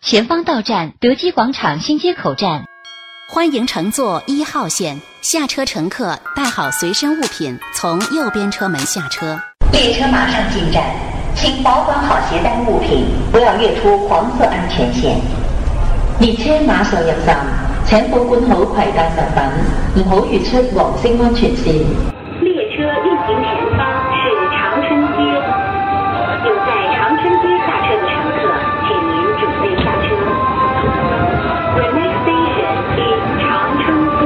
前方到站德基广场新街口站。欢迎乘坐一号线，下车乘客带好随身物品，从右边车门下车。列车马上进站，请保管好携带物品，不要越出黄色安全线。列車馬上入站，請保管好攜帶物品，唔好越出黃色安全線。列車運行前方是長春街，有在長春街下車的乘客，请您准备下车。The next station is 长春街。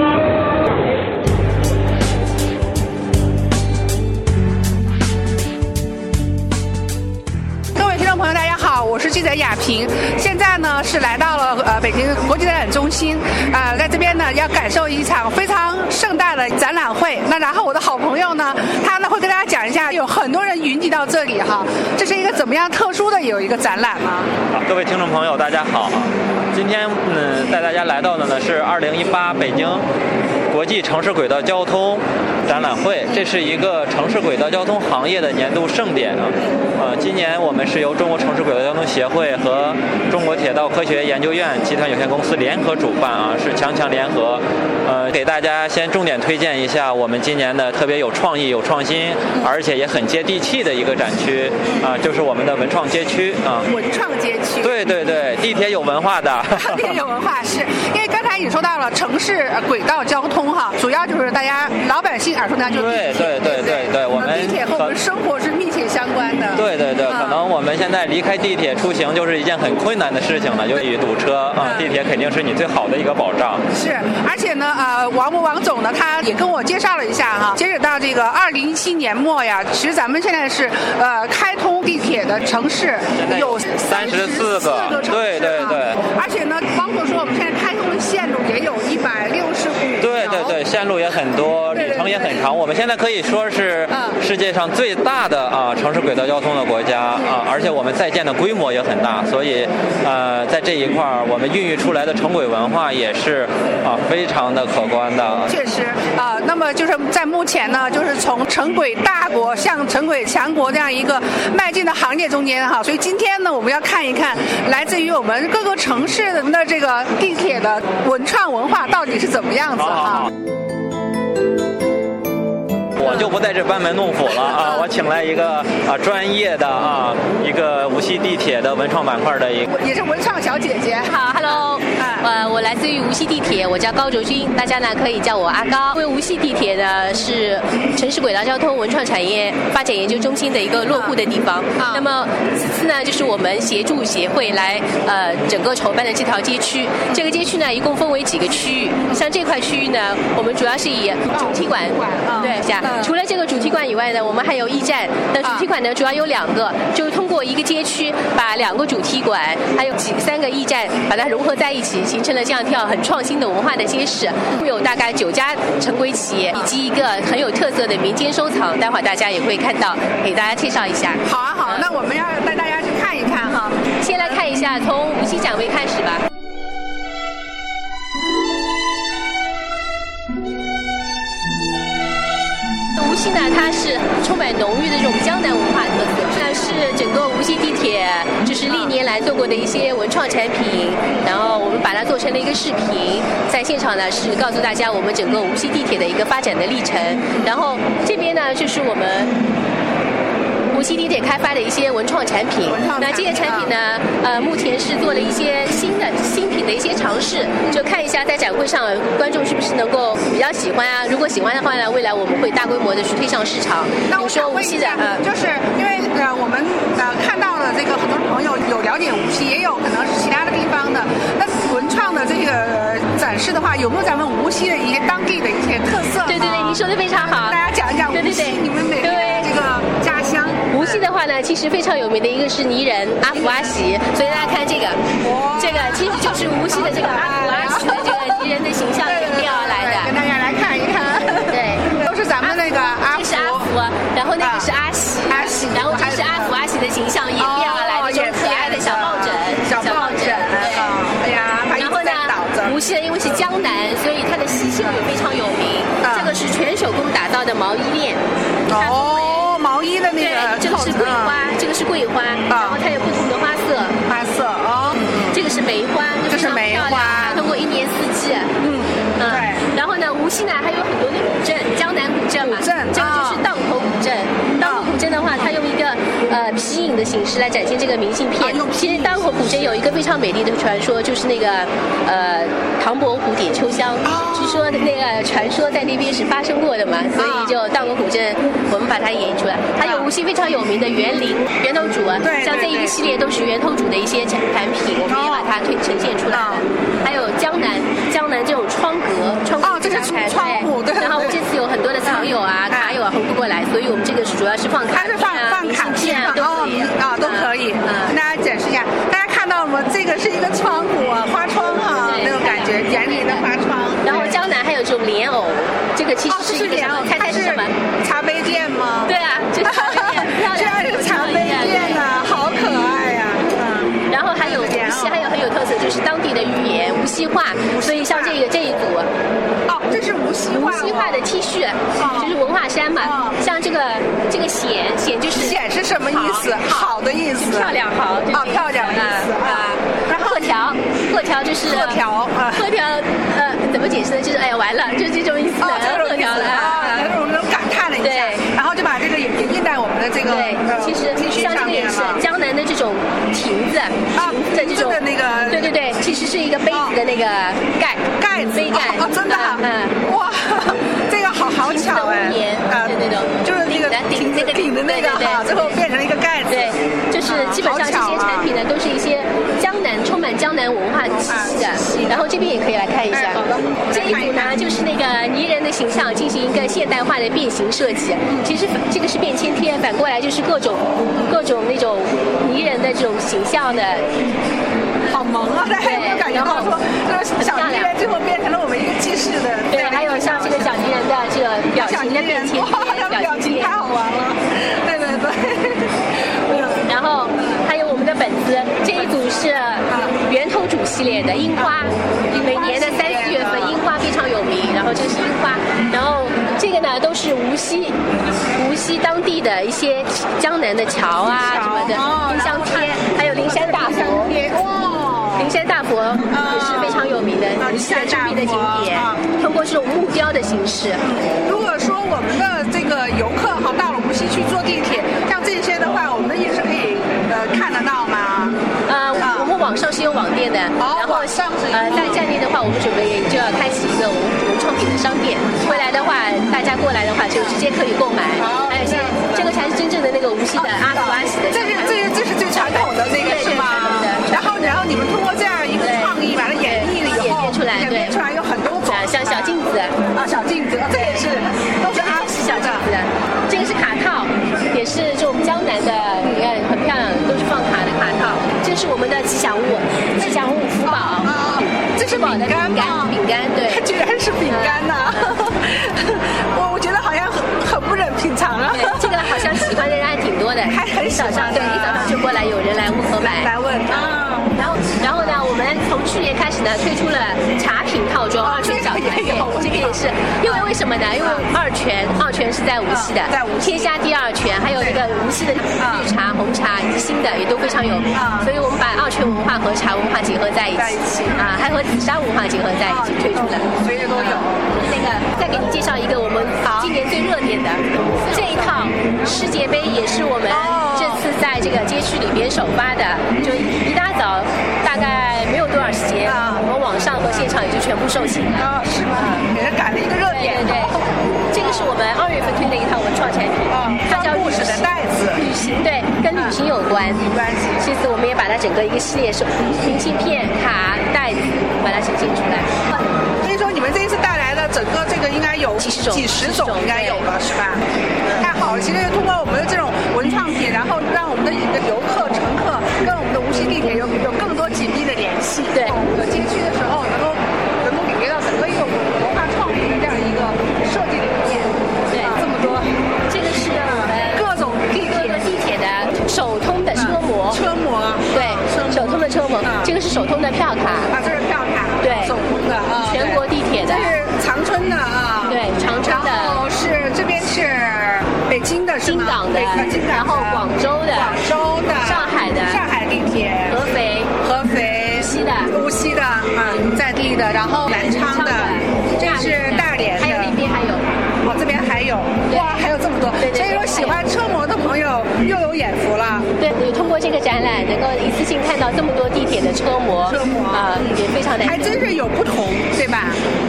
各位听众朋友，大家好，我是记者雅萍。现在呢是来到了呃北京国际展览中心，啊、在这边呢要感受一场非常盛大的展览会。那然后我的好朋友呢，他呢会跟大家讲一下，有很多人云集到这里哈，这是一个怎么样特殊的有一个展览啊吗？好，各位听众朋友，大家好。今天嗯，带大家来到的呢是2018北京国际城市轨道交通展览会，这是一个城市轨道交通行业的年度盛典啊。呃，今年我们是由中国城市轨道交通协会和中国铁道科学研究院集团有限公司联合主办啊，是强强联合。呃，给大家先重点推荐一下我们今年的特别有创意、有创新，而且也很接地气的一个展区啊、就是我们的文创街区啊。文创街区。 对对对，地铁有文化 的。特别有文化是，因为刚才也说到了城市呃轨道交通哈，主要就是大家老百姓耳熟能详就是对对对对对，我们地铁和我们可生活是密切相关的。对对对，嗯可能我们现在离开地铁出行就是一件很困难的事情了，由于堵车啊，嗯地铁肯定是你最好的一个保障。是，而且呢，呃，王博王总呢，他也跟我介绍了一下哈。截止到这个二零一七年末呀，其实咱们现在是呃开通地铁的城市有三十四四个个，城对市对啊对。而且呢，包括说我们现在开通的线路也有一百六十五对对对，线路也很多，嗯对对嗯里程也很长。我们现在可以说是世界上最大的啊城市轨道交通的国家嗯啊，而且我们在建的规模也很大，所以呃，在这一块儿，我们孕育出来的城轨文化也是啊非常的可观的。确实啊、呃那么就是在目前呢，就是从城轨大国向城轨强国这样一个迈进的行业中间哈，所以今天呢，我们要看一看来自于我们各个城市的这个地铁的文创文化到底是怎么样子啊哈。我就不在这班门弄斧嗯了啊！我请来一个啊专业的啊一个无锡地铁的文创板块的一个也是文创小姐姐，好，Hello，呃，我来自于无锡地铁，我叫高竹君，大家呢可以叫我阿高。因为无锡地铁呢是城市轨道交通文创产业发展研究中心的一个落户的地方。那么此次呢，就是我们协助协会来呃整个筹办的这条街区。这个街区呢，一共分为几个区域，像这块区域呢，我们主要是以主题馆对下，除了这个主题馆以外呢，我们还有驿站。那主题馆呢，主要有两个，就是通过一个街区把两个主题馆还有几三个驿站把它融合在一起，形成了这样一条很创新的文化的街市。会有大概九家城规企业以及一个很有特色的民间收藏，待会儿大家也会看到，给大家介绍一下。好啊好，那我们要带大家去看一看哈。先来看一下，从无锡展位开始吧。无锡呢，它是充满浓郁的这种江南文化特色，那是整个无锡地铁就是历年来做过的一些文创产品，然后我们把它做成了一个视频，在现场呢是告诉大家我们整个无锡地铁的一个发展的历程，然后这边呢就是我们。无锡地铁开发的一些文创产品，啊那这些产品呢，呃，目前是做了一些新的新品的一些尝试，就看一下在展会上观众是不是能够比较喜欢啊。如果喜欢的话呢，未来我们会大规模的去推向市场。那我想问一下，啊嗯就是因为呃，我们呃看到了这个很多朋友有了解无锡，也有可能是其他的地方的。那文创的这个呃展示的话，有没有咱们无锡的一些当地的一些特色？对对对，您说的非常好。大家讲一讲对无对锡对，你们美丽的这个家乡。嗯无锡的话呢，其实非常有名的一个是泥人阿福阿喜，所以大家看这个，这个其实就是无锡的这个阿福阿喜的这个泥人的形象演变而来的。跟大家来看一看，对， 都是咱们那个阿福，啊这是阿福，啊然后那个是阿喜，阿喜，然后这是阿福阿喜的形象哦演变而来的这种可爱的小抱枕，小抱枕，对，哎呀，然后呢，无锡人因为是江南，所以它的西绣也非常有名。嗯这个是全手工打造的毛衣链，哦，毛衣的那个对，嗯这个是桂花，这个是桂花，然后它有不同的花色，花色哦，这个是梅嗯呃饰来展现这个明信片。其实丹火古镇有一个非常美丽的传说，就是那个呃唐伯虎点秋香，据说那个传说在那边是发生过的嘛，所以就丹火古镇我们把它演绎出来。还有无锡非常有名的园林源头主啊，对对像这一个系列都是源头主的一些产产品，我们也把它推呈现出来了。还有江南，江南这种窗格，窗格哦这是打开窗户对然后这次有很多的草友啊、卡友啊横不过来，所以我们这个是主要是放它卡是放片啊放卡明信片啊都可以哦啊都可以，跟嗯，大家展示一下。大家看到了吗？这个是一个窗户啊，花窗啊，对那种感觉，园林的花窗。嗯然后江南还有这种莲藕，这个其哦，实这是是一个什莲么藕，？猜它猜是是什么？茶杯店吗？对啊，这是咖啡店，漂亮这样是茶杯店呐，好可爱呀！嗯，啊然后还有无锡，还有很有特色，就是当地的语言无锡话，所以像这个这一组哦，这是无锡无画，锡话的 T 恤，就是文化衫嘛哦。像这个这个显显就是显是什么意思？好的意思，漂亮好，对啊，漂亮的意思啊。然后鹤条，鹤条就是鹤条啊鹤条呃怎么解释呢？就是哎呀完了，就是这种意思，哦，这鹤种意条思了啊，有啊。种那种感叹了一下对，然后就把这个也也印在我们的这个对呃，其实 T 恤像这上个也面是了。江南的这种亭子，啊亭子的这种亭子的那个对对对，其实是一个杯子的那个盖盖子杯盖哦，真的啊啊，嗯。，哇， 这个好好巧哎亭子的屋檐，啊对对对就是那个顶的顶那个顶的那个对对对哈，最后变成一个盖子，对，就是基本上这些产品呢，都是一些江南充满江南文化气息的。然后这边也可以来看一下哎好的，这一组呢就是那个泥人的形象进行一个现代化的变形设计。其实这个是便签贴，反过来就是各种各种那种泥人的这种形象的。好萌啊！大家有没有感觉到说，就是小很漂泥人亮最后变成了我们一个记事的，对，还有像这个小泥人的这个表小情泥的人便，签哇，他贴，们表情贴太。好玩了，对对对，然后还有我们的本子，这一组是源头主系列的樱花，每年的三四月份樱花非常有名，然后这是樱花，然后这个呢都是无锡无锡当地的一些江南的桥啊什么的哦丁香贴，还有灵山大佛，也哇，灵山大佛也是非常有名的啊无锡的著名的景点啊，通过这种木雕的形式，如果说我们的这个游客哈到了无锡去坐地铁，像这些的话，我们也是可以呃看得到吗？呃，啊我们网上是有网店的，哦然后网上是有呃，在站内的话，我们准备就要开启一个文文创品的商店。未来的话，大家过来的话就直接可以购买。哦还有现在这个才是真正的那个无锡的阿布阿喜的这是这是这是最传统的那个对是吗对对？对然后然后你们通过这样一个对创意把它演绎了以后，演变出来演变对出来有很多种啊，，像小镜子，啊小镜子，这也是都是阿是小镜子，这个是卡套，也是这种江南的，你看很漂亮，都是放卡的卡套。这是我们的吉祥物，吉祥物福宝，啊，这是福宝饼的饼干吗干，？饼干对。它居然是饼干呐、我我觉得好像很很不忍品尝啊。对，这个好像喜欢的人还挺多的，还很喜早欢上对，的一早上就过来有人来问和买。嗯来问啊，然后，然后呢，我们从去年开始呢，推出了茶品套装啊二泉小团这个也对有我，这个也是，因为为什么呢？因为二泉，二泉是在无锡的啊，在无锡嗯天下第二泉，还有那个无锡的绿茶、红茶以及新的也都非常有名啊，所以我们把二泉文化和茶文化结合在一在一起嗯起，啊，还和紫砂文化结合在一起推出啊的。所以都有。那个，再给你介绍一个我们今年最热点的这一套世界杯，也是我们这次在这个街区里边首发的，就一大早大概没有多少时间，啊我们网上和现场也就全部售罄了。啊，是吗？给人赶了一个热对点对。对，这个是我们二月份推的一套文创产品啊，它叫装旅故事行的袋子旅行对，跟旅行有关。关系这次我们也把它整个一个系列是明信片、卡、袋子，把它呈现出来。所以说你们这一次带来的整个这个应该有几十种几十种几十种应该有了是吧？嗯太好了！其实通过我们的这种文创品，然后让我们的游客、乘客跟我们的无锡地铁有有更多紧密的联系。对我们进去的时候能够能够感觉到整个一个文化创意的这样一个设计理念。对啊，这么多这个是我们各种地各铁个地铁的手通的车模，车模，啊对，车手模通的车模啊，这个是手通的票卡，啊，这是票卡，对手工的啊，全国地铁这的，是长春的啊，对，长春然后的、是这边是北京的是京吗，港的北呃京，然港的后广州的、广州的、上海的上海地铁、合肥、合肥、无西的无锡的啊，在地的，然后南昌哦的，这大是大连连的。哦的，还有那边还有，我这边还有对哇，还有这么多，对对对所以说喜欢车模的朋友又有眼福了。对，也通过这个展览能够一次性看到这么多地铁的车模，车模啊、也非常的还真是有不同，对吧？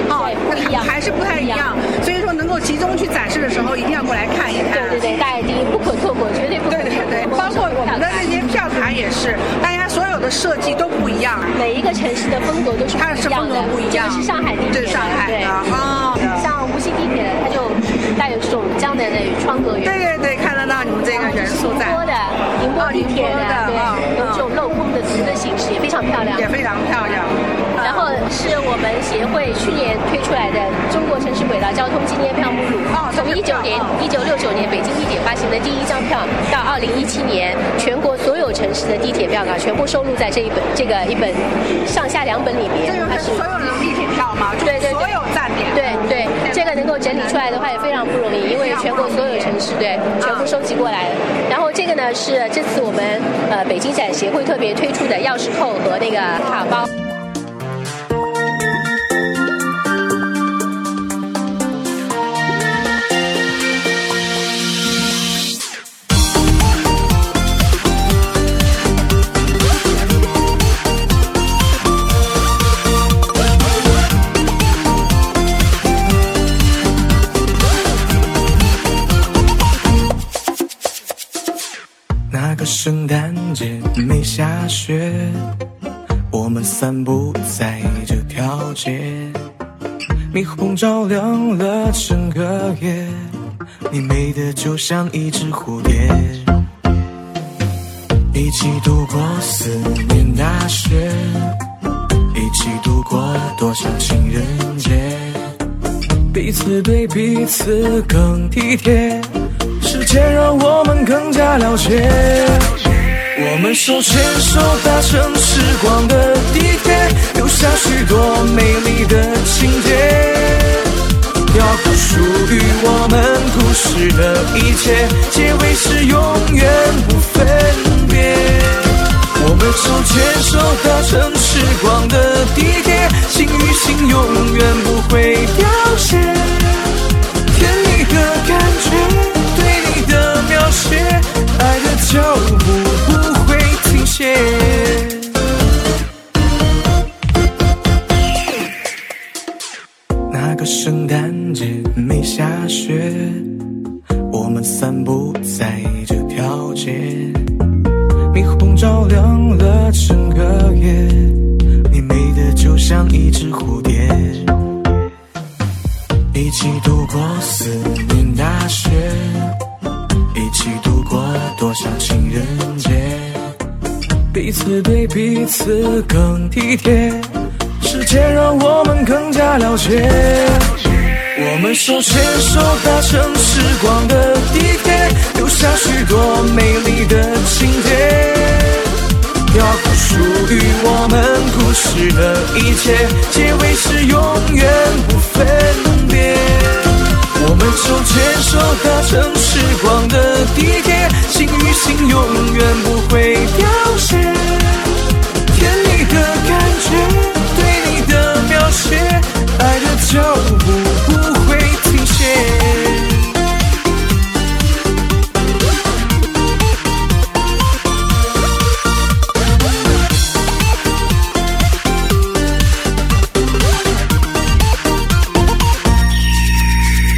哦，对不一样还是不太一样。所以说，能够集中去展示的时候，一定要过来看一看。对对对，大眼睛不可错过，绝对不可对错对对，过。包括我们的那些票台也是，大家所有的设计都不一样，每一个城市的风格都是它是不一样风的格不一样。这个是上海地铁的，这是上海对的啊。哦像无锡地铁，它就带有这种江南的川河对园。对对，看得到你们这个元素在宁，波的宁哦波地铁哦的，宁波的哦对，有这种镂空的图的形式也非常漂亮。也非常漂亮。啊然后是我们协会去年推出来的中国城市轨道交通纪念票目录，哦从这一个九票年哦一九六九年北京地铁发行的第一张票，到二零一七年全国所有城市的地铁票卡全部收录在这一本这个一本上下两本里面这，就它是是所有的地铁票嘛，就对对对所有站点。对对，这个能够整理出来的话也非常不容易，因为全国所有城市对全部收集过来。然后这个呢是这次我们呃北京展协会特别推出的钥匙扣和那个卡包。那个圣诞节没下雪，我们散步在这条街，霓虹照亮了整个夜，你美得就像一只蝴蝶。一起度过思念大雪，一起度过多少情人节。彼此对彼此更体贴，时间让我们更加了解。我们手牵手搭乘时光的地铁，留下许多美丽的情节。要不属于我们故事的一切，结尾是永远不分别。我们手牵手搭乘时光的地铁，心与心永远不会凋谢。甜蜜的感觉，对你的描写，爱的脚步不会停歇。那个圣诞节没下雪，我们散步在这条街，霓虹照亮了整个夜，你美得就像一只蝴蝶。一起度过思念大雪，一起度过多少情人节。彼此对彼此更体贴，时间让我们更加了解。我们手牵手搭乘时光的地铁，留下许多美丽的情节。要不属于我们故事的一切，结尾是永远不分别。我们手牵手搭乘时光的地铁，心与心永远不会凋谢。甜蜜的感觉，对你的描写，爱的脚步不会停歇。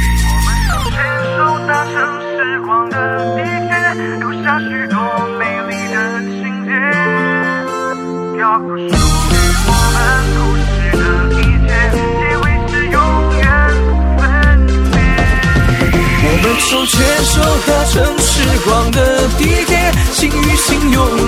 牵手搭乘时光的地铁，留下许多美丽的情节，雕刻属于我们故事的一切，结尾是永远不分别。我们手牵手搭乘时光的地铁，心与心永